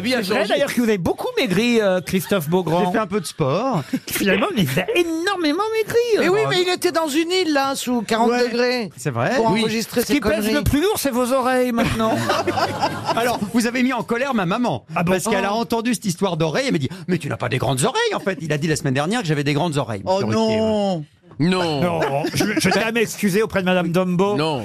vie a C'est vrai changé. d'ailleurs que vous avez beaucoup maigri, euh, Christophe Beaugrand. J'ai fait un peu de sport. Finalement, mais vous avez énormément maigri. Mais euh, Eh oui, mais il était dans une île, là, sous 40 Ouais. degrés. C'est vrai. Pour Oui. enregistrer Ce ses qui pèse conneries. le plus lourd, c'est vos oreilles maintenant. Alors, vous avez mis en colère ma maman. parce qu'elle a entendu cette histoire d'oreille. Elle m'a dit Mais tu n'as pas des grandes oreilles, en fait. Il a dit la semaine dernière que j'avais des grandes oreilles. Oh Monsieur Ruquier. non Non. Non, Oh, je, je tiens à m'excuser auprès de Madame Dumbo. Non.